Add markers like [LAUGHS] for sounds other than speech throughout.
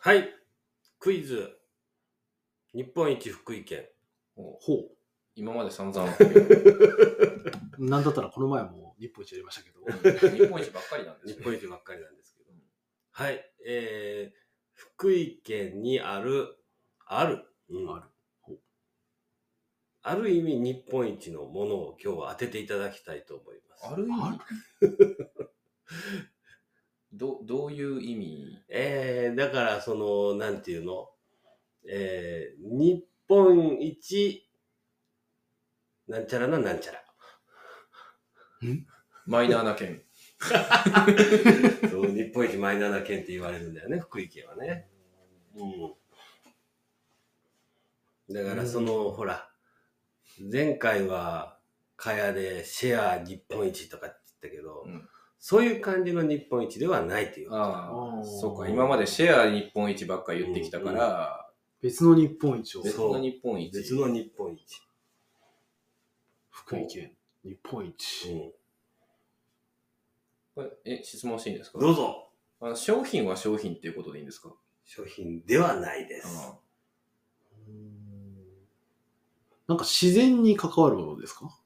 はい。クイズ。日本一福井県。もうほう。今まで散々なんだったらこの前も日本一やりましたけど。日本一ばっかりなんです日よ本一ばっかりなんですけど。はい。えー、福井県にある、ある。うんあるほうある意味日本一のものを今日は当てていただきたいと思います。ある意あ味どどういう意味えー、だからその、なんていうのえー、日本一、なんちゃらななん [LAUGHS] ちゃら。マイナーな件そう、日本一マイナーな県って言われるんだよね、福井県はね。うん。だからその、ほら、前回は、かやでシェア日本一とかって言ったけど、うんそういう感じの日本一ではないっていう。あああーそうか今までシェア日本一ばっか言ってきたから、別の日本一をそう別の日本一別の日本一。福井県日本一。これえ質問していいんですかどうぞあの商品は商品っていうことでいいんですか商品ではないです。あなんか自然に関わるものですか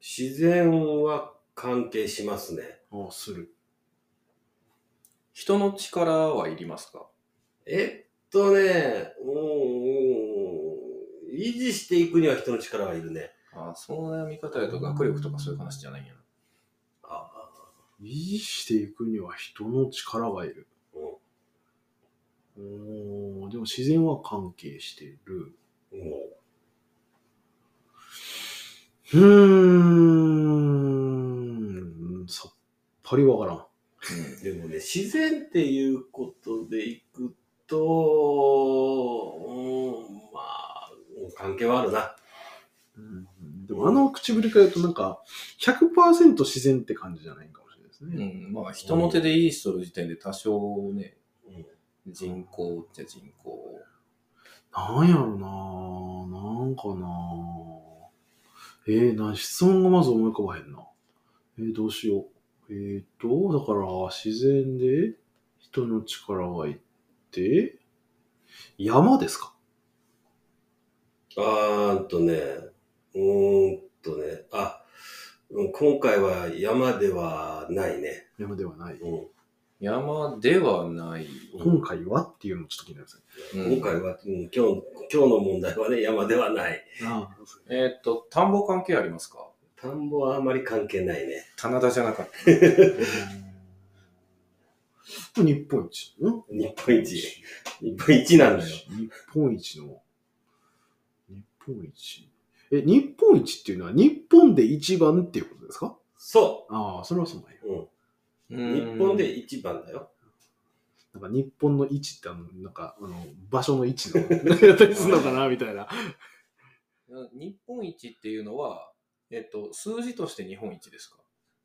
自然は関係しますね。ああ、する。人の力はいりますかえっとね、うんうん、うん維持していくには人の力はいるね。ああそういう見方やと学力とかそういう話じゃないんやなああ維持していくには人の力がいる。うんおーでも自然は関係している。ううーん、さっぱりわからん。ん、でもね自然っていうことでいくと、うん、まあうん関係はあるなでもあの口ぶりから言うとなんか100%自然って感じじゃないかもしれないですうね。ん、うん、まあ人の手で維持する時点で多少ねうん人口じゃ人口なんやろなぁ。なんかなぁ。えー、な、質問がまず思い浮かばへんな。えー、どうしよう。えー、っと、だから、自然で人の力がいって、山ですかあーんとねうーんとねあうん今回は山ではないね、山ではない。うん山ではない。今回はっていうのもちょっと気になりますね。うん今回は、うん、今日今日の問題はね山ではないああ、えーっと、田んぼ関係ありますか田んぼはあまり関係ないね棚田じゃなかった。 [LAUGHS] うん日本一。ん日本一日本一なんだよ日本一の。日本一。え、日本一っていうのは日本で一番っていうことですかそああ、それはそうなんう、や。うん、日日本で。一番だよなんか日本の位置ってあの、なんか、あの、場所の位 [LAUGHS] 置の、やったりするのかなみたいな。日本一っていうのは、えーっと、数字として日本一ですか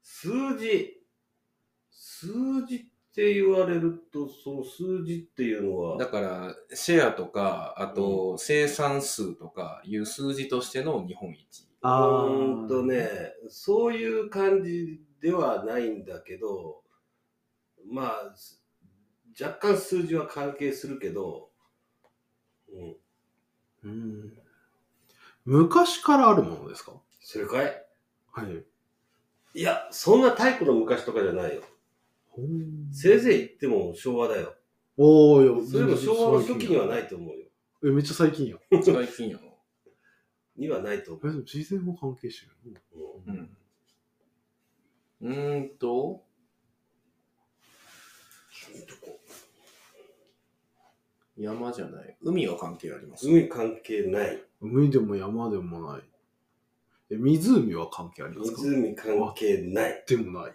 数字数字って言われるとその数字っていうのだはから、シェアとか、あと、生産数とかいう数字としての日本 [LAUGHS] 一。うあーーんとね。そういう感じではないんだけどまあす若干数字は関係するけど、うん、うん。昔からあるものですかそれかいはい。いやそんな太古の昔とかじゃないよほんせいぜい言っても昭和だよおーよ。。それも昭和の初期にはないいと思うよえ、めっちゃ最近や。最近やにはないと思え、う、でも自然も関係してる。うんな。うん。うーんと、山じゃない。海は関係あります海関係ない海でも山でもない。え、湖は関係ありますか湖関係ないでもない。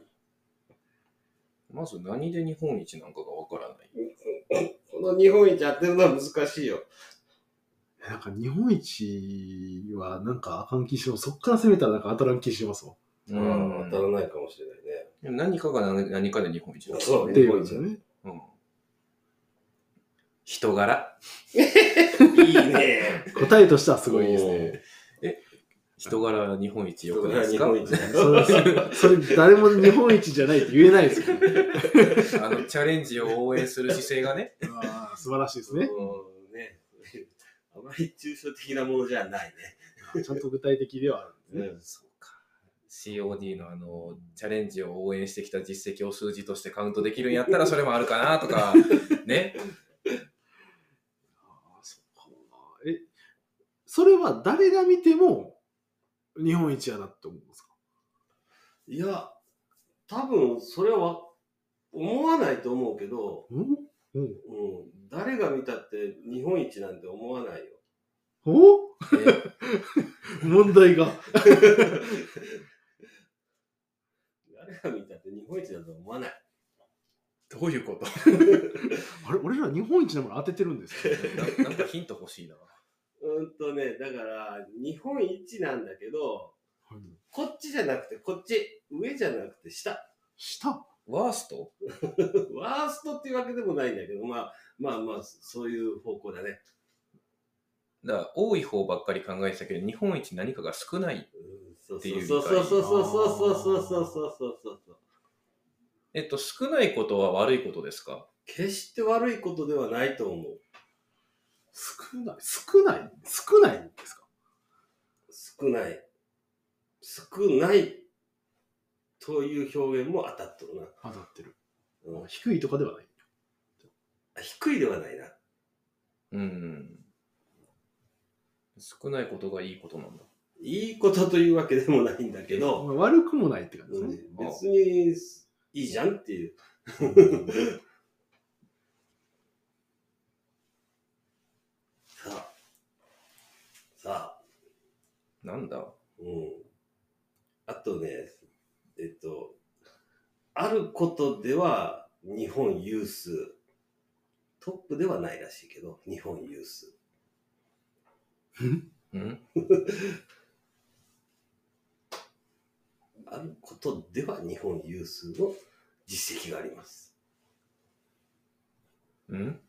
まず何で日本一なんかがわからない。この日本一当てるのは難しいよえなんか日本一はなんかあかん気します。そっから攻めたらなんか当たらん気しますわ。うん、当たでらないかもしれないね。も何かが何何かで日本一なんですそうっねていうことですよね。うん人柄いいね。答えとしてはすごいですね。え、人柄は日本一良くないです日か本一だそれ、それ誰も日本一じゃないって言えないですけど。 [LAUGHS] あの、チャレンジを応援する姿勢がね。あー素晴らしいですね。うんね。 [LAUGHS] あまり抽象的なものじゃないちゃんと具体的ではあるんね。でうんそうか。COD のあの、チャレンジを応援してきた実績を数字としてカウントできるんやったらそれもあるかなと [LAUGHS] か、ね。すね。あーそうかなえ、それは誰が見ても日本一やなって思うんですかいや、多分それは思わないと思うけど、うんううん。ん、誰が見たって日本一なんて思わないよ。おね問題が。誰が見たって日本一だと思わない。どういうことあれ俺ら日本一なもの当ててるんですかななんかヒント欲しいな。うんとね、だから日本一なんだけど、こっちじゃなくてこっち、上じゃなくて下。下ワーストワーストっていうわけでもないんだけど、まあまあまあ、そういう方向だね。だから多い方ばっかり考えてたけど、日本一何かが少ない。うんそうっていう理解そうそうそうそうそうそうそうそうそうそうそう。えっと、少ないことは悪いことですか決して悪いことではないと思う。少ない。少ない少ないんですか少ない。少ないという表現も当たっとるな。当たってる。うん低いとかではない。低いではないな。うん。少ないことがいいことなんだ。いいことというわけでもないんだけど、悪くもないって感じうでんすね。別にいいじゃんっていう。 [LAUGHS] さあ。さあ。なんだうん。あとね、えっと、あることでは日本有数。トップではないらしいけど、日本有数。うんあることでは日本有数の実績があります。うん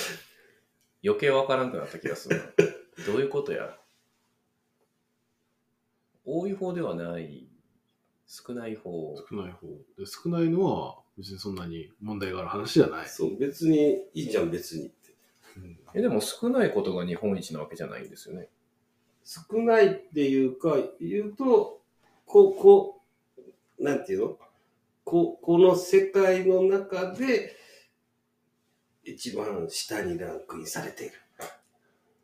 [LAUGHS] 余計わからんくなった気がするな。どういうことや多い方ではない。少ない方。少ない方で少ないのは別にそんなに問題がある話じゃない、そう、別にいいじゃん、別にって。うんえ、でも少ないことが日本一なわけじゃないんですよね。少ないっていうか、言うと、こう、こう、なんていうのここの世界の中で、一番下にランクインされている。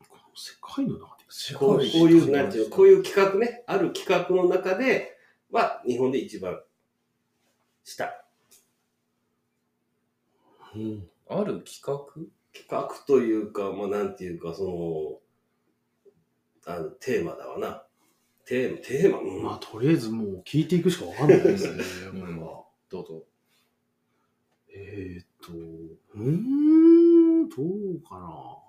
この世界の中で世こう界一こういう、なんていうの、こうう。いう企画ね、ある企画の中では、日本で一番下。うんある企画企画というか、まあ、なんていうか、その、あの、テーマだわな。テーマ、テーマ、うん、まあとりあえずもう聞いていくしかわかんないです [LAUGHS] ねうんこれはどうぞ。えーっとうーんどうかな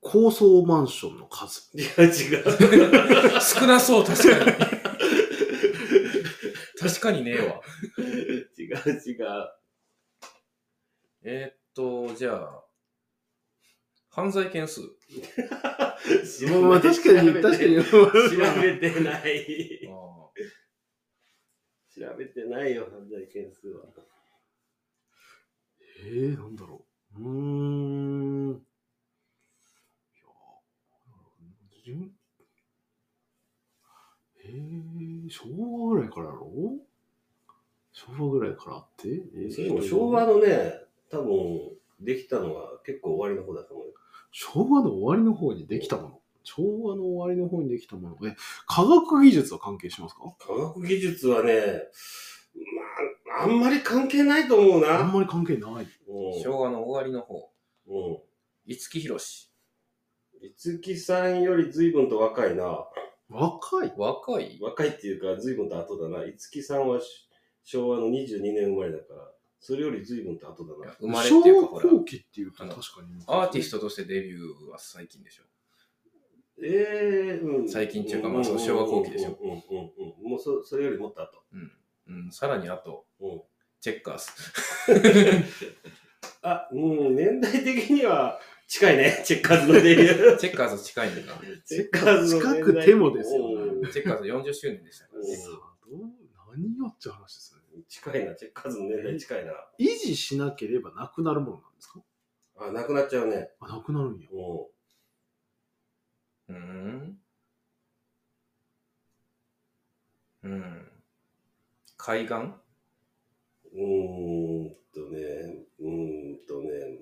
高層マンションの数 [LAUGHS] 違う違う。[LAUGHS] [LAUGHS] 少なそう、確かに。 [LAUGHS] 確かにねえわ。違う違う。えーっと、じゃあ、犯罪件数。知らないまあ確 [LAUGHS] かに確かに調べてない。あ調べてないよ、犯罪件数は。えー、なんだろう。うーん。いや、自分えー、昭和ぐらいからやろ昭和ぐらいからあって、えーそれも昭和のね、多分、できたのは結構終わりの方だと思うよ。昭和の終わりの方にできたもの。昭和の終わりの方にできたもの。え、科学技術は関係しますか科学技術はね、まあ、あんまり関係ないと思うあんな。まり関係ない。うん昭和の終わりの方。うん五木ひろし。五木さんより随分と若いな。若い。若い若いっていうか、随分と後だな。五木さんはし昭和の22年生まれだから、それより随分と後だな。生まれっていうか、ほら昭和、後期っていうと確かに。アーティストとしてデビューは最近でしょ。ええうん。最近っていうかまあその昭和後期でしょうんうんうんうん。もうそ、それよりもっと後。うん、さらにあと、うんチェッカーズ。あ、うん、年代的には近いね、 [LAUGHS] チェッカーズのデビュー。 [LAUGHS] チェッカーズ近いんだな。チェッカーズの年代近くてもですよねおーチェッカーズ40周年でしたからね。さあどう何よって話ですよね。近いな、チェッカーズの年代近いな。維持しなければなくなるものなんですかあ、なくなっちゃうね。あ、なくなるんや。おうーん。うん。海岸うーんとね、うーんとね、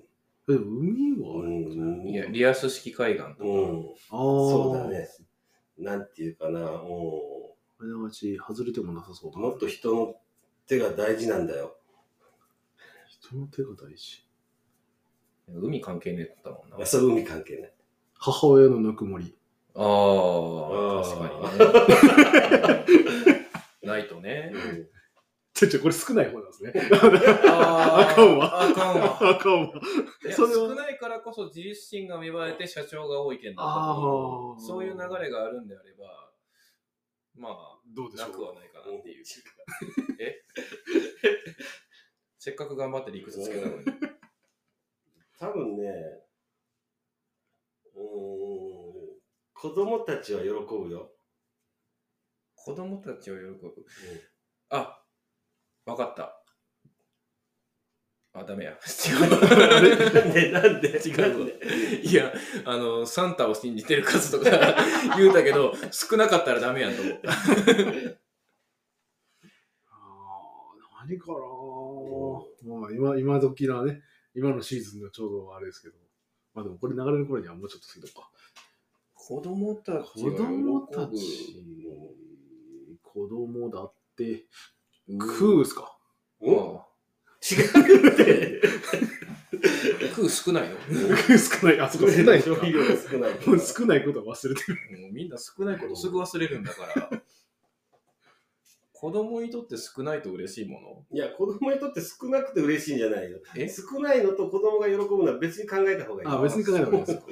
え、海はあれうーん。いや、リアス式海岸とか。うん。ああ、そうだね。なんていうかな、うんあながち外れてもなさそうだなもっと人の手が大事なんだよ。人の手が大事。海関係ねえって言ったもんな。遊ぶ海関係ない。母親のぬくもり。あああ、ー確かにね。 [LAUGHS] ないとね。ちょちょ、これ少ない方なんですね。あーあかんわあかんわ。あかんわ。いやそれは少ないからこそ自立心が芽生えて社長が多いけんだったあとーそういう流れがあるんであれば、まどうあ、でしなょくはう。ないかなっていう。え [LAUGHS] せっかく頑張って理屈つけたのに。多分ね、うーん、子供たちは喜ぶよ。子供たちを喜ぶ。あ、わかった。あ、ダメや。 [LAUGHS] 違う。なんで、なんで、違うわなんでいや、あの、サンタを信じてる数とか [LAUGHS] 言うたけど、少なかったらダメやんと思った。あー何かなまあ、今、今時なね、今のシーズンがちょうどあれですけど。まあでもこれ流れる頃にはもうちょっと過ぎとくか。子供たちが喜子ぶ供たち、子供だって、食うっすかうんあ違うって。あ食う少ないよ。食う少ない。あ、そこ少ない消か。費量が少ない。もう少ないことは忘れてる。もうみんな少ないことすぐ忘れるんだ [LAUGHS] から。子供にとって少ないと嬉しいものいや、子供にとって少なくて嬉しいんじゃないよ。え少ないのと子供が喜ぶのは別に考えた方がいい。あ、別に考えなくてもいいですよ。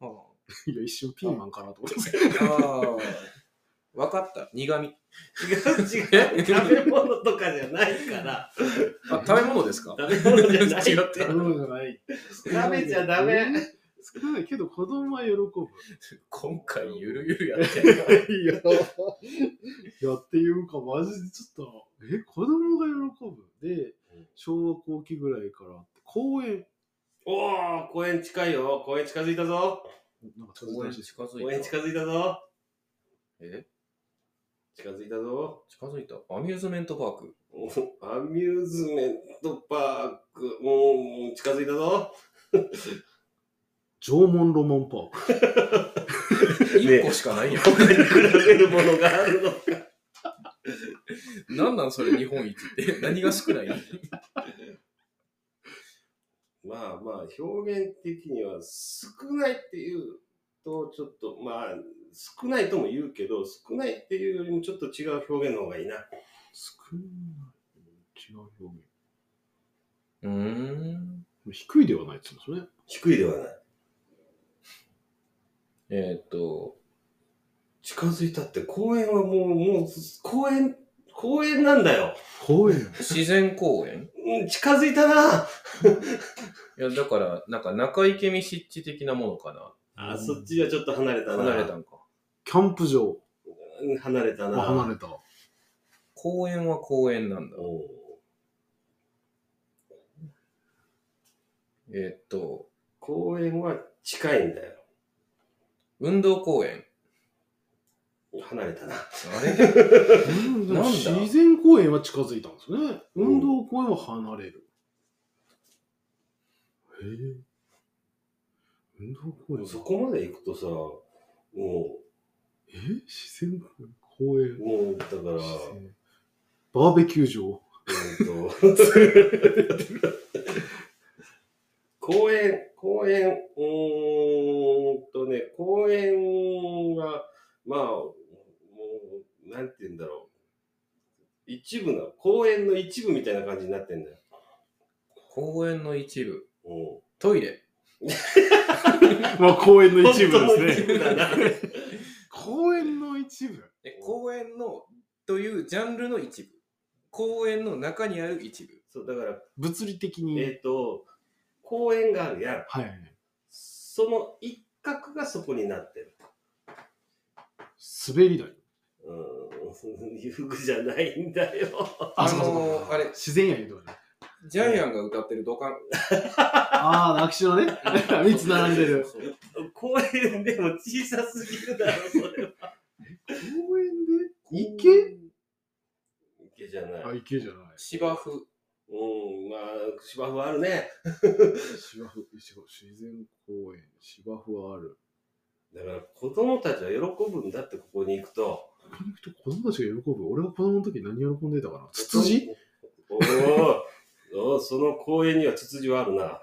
あいや、一瞬ピーマンかなと思ってますあ。わかった。苦味。違う違う。食べ物とかじゃないから。あ、食べ物です [LAUGHS] か食べ物じゃないって。違ったそうじゃない。食べちゃダメ。少ないけど子供は喜ぶ。今回ゆるゆるやってる。いや、いやっていうか、マジでちょっと、え、子供が喜ぶ。でうん、昭和後期ぐらいからあって、公園、おお、公園近いよ。公園近づいたぞ。なんか公園し近づ公園い近た。づいたぞ。え近づいたぞ。近づいた。アミューズメントパーク。おアミューズメントパーク。もう近づいたぞ。縄文ロマンパーク。 1個しかないやん。他に比べるものがあるの。なんなんそれ日本一って。何が少ない [LAUGHS] まあまあ、表現的には少ないっていうと、ちょっと、まあ、少ないとも言うけど、少ないっていうよりもちょっと違う表現の方がいいな。少ない。違う表現。うーん。低いではないって言うんですね。低いではない。えーっと、近づいたって、公園はもう、もう、公園、公園なんだよ。公園。自然公園うん、近づいたないや、だから、なんか中池見湿地的なものかな。あ、そっちはちょっと離れたな。離れた。んか。キャンプ場うん、離れたな。は離れた。公園は公園なんだ。おうえーっと、公園は近いんだよ。運動公園。離れたな。あ [LAUGHS] れうんでもなんだ自然公園は近づいたんですね。うん運動公園は離れる。へえ。運動公園そはこまで行くとさ、もえ自然公園う、もう、だ [LAUGHS] から、う自然バーベキュー場。んと、公園、公園、うーんとね、公園が、まあ、もう、なんて言うんだろう。一部の、公園の一部みたいな感じになってんだよ。公園の一部。うんトイレ。まあ公園の一部本当ので一す部ね。だな。 [LAUGHS] 公園の一部。え、公園の、というジャンルの一部。公園の中にある一部。そう、だから、物理的に。えっ、と、公園があるやん。はい。その一角がそこになってる。滑り台。うん、遊具じゃないんだよ。あそうかそうかのーあれ自然や言うとはね。ジャイアンが歌ってる土管。ああ、泣きしろね。 [LAUGHS] 三つ並んでる。そうそう公園でも小さすぎるだろ、それは。公園で池池じゃない。あ、池じゃない。芝生。うん、まあ、芝生はあるね。芝生、芝生自然公園、芝生はある。だから子供たちは喜ぶんだって、ここに行くと。ここに行くと子供たちが喜ぶ。俺が子供の時何喜んでたかなツツジおーおーその公園にはツツジはあるな。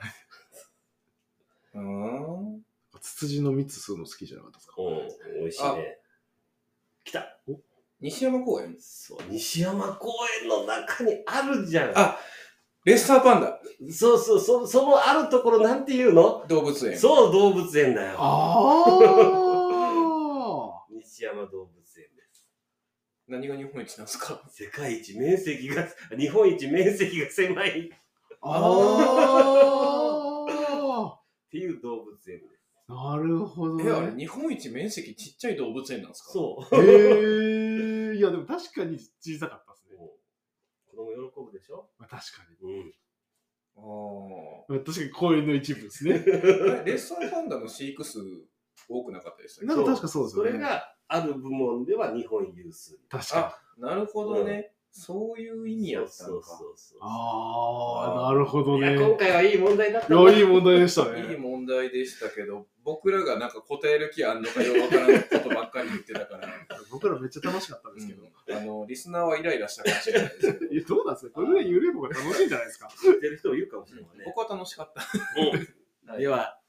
うーん。ツツジの蜜吸うの好きじゃなかったですかうん、美味しいね。来た。西山公園そう、西山公園の中にあるじゃん。あレッサーパンダそうそう、そそのあるところなんていうの動物園。そう、動物園だよ。あ西山動物園で何が日本一なんですかす。世界一面積が、日本一面積が狭いっ [LAUGHS] ああていう動物園です。なるほど、え、あれ、ね。日本一面積ちっちゃい動物園なんですかう。そう。へえいや、でも確かに小さかったですね。子供喜ぶでしょまあ、確かに。うん。あまあ確かに公園の一部ですね。 [LAUGHS] ーあれレッサーパンダの飼育数多くなかったでしたっなんか確かそうですそよね。れがある部門では日本有数。確けかに。あ、なるほどね。そういう意味やったそのうか。そうそうそああ、なるほどう。いね。や、い今回はいい問題だったなや、いい問題でしたいいね。問題でしたけど、僕らがなんか答える気あんのかよくわからないことばっかり言ってたから、僕らめっちゃ楽しかったんですけど。うんあの、リスナーはイライラしたかもしれないですけどいや、どうなんですかこれぐらい緩い方が楽しいんじゃないですか知ってる人もいるかもしれないね。僕は楽しかった。うんでは、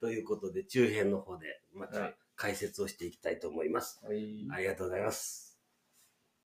ということで、中編の方でまはた解説をしていきたいと思います。はいありがとうございます。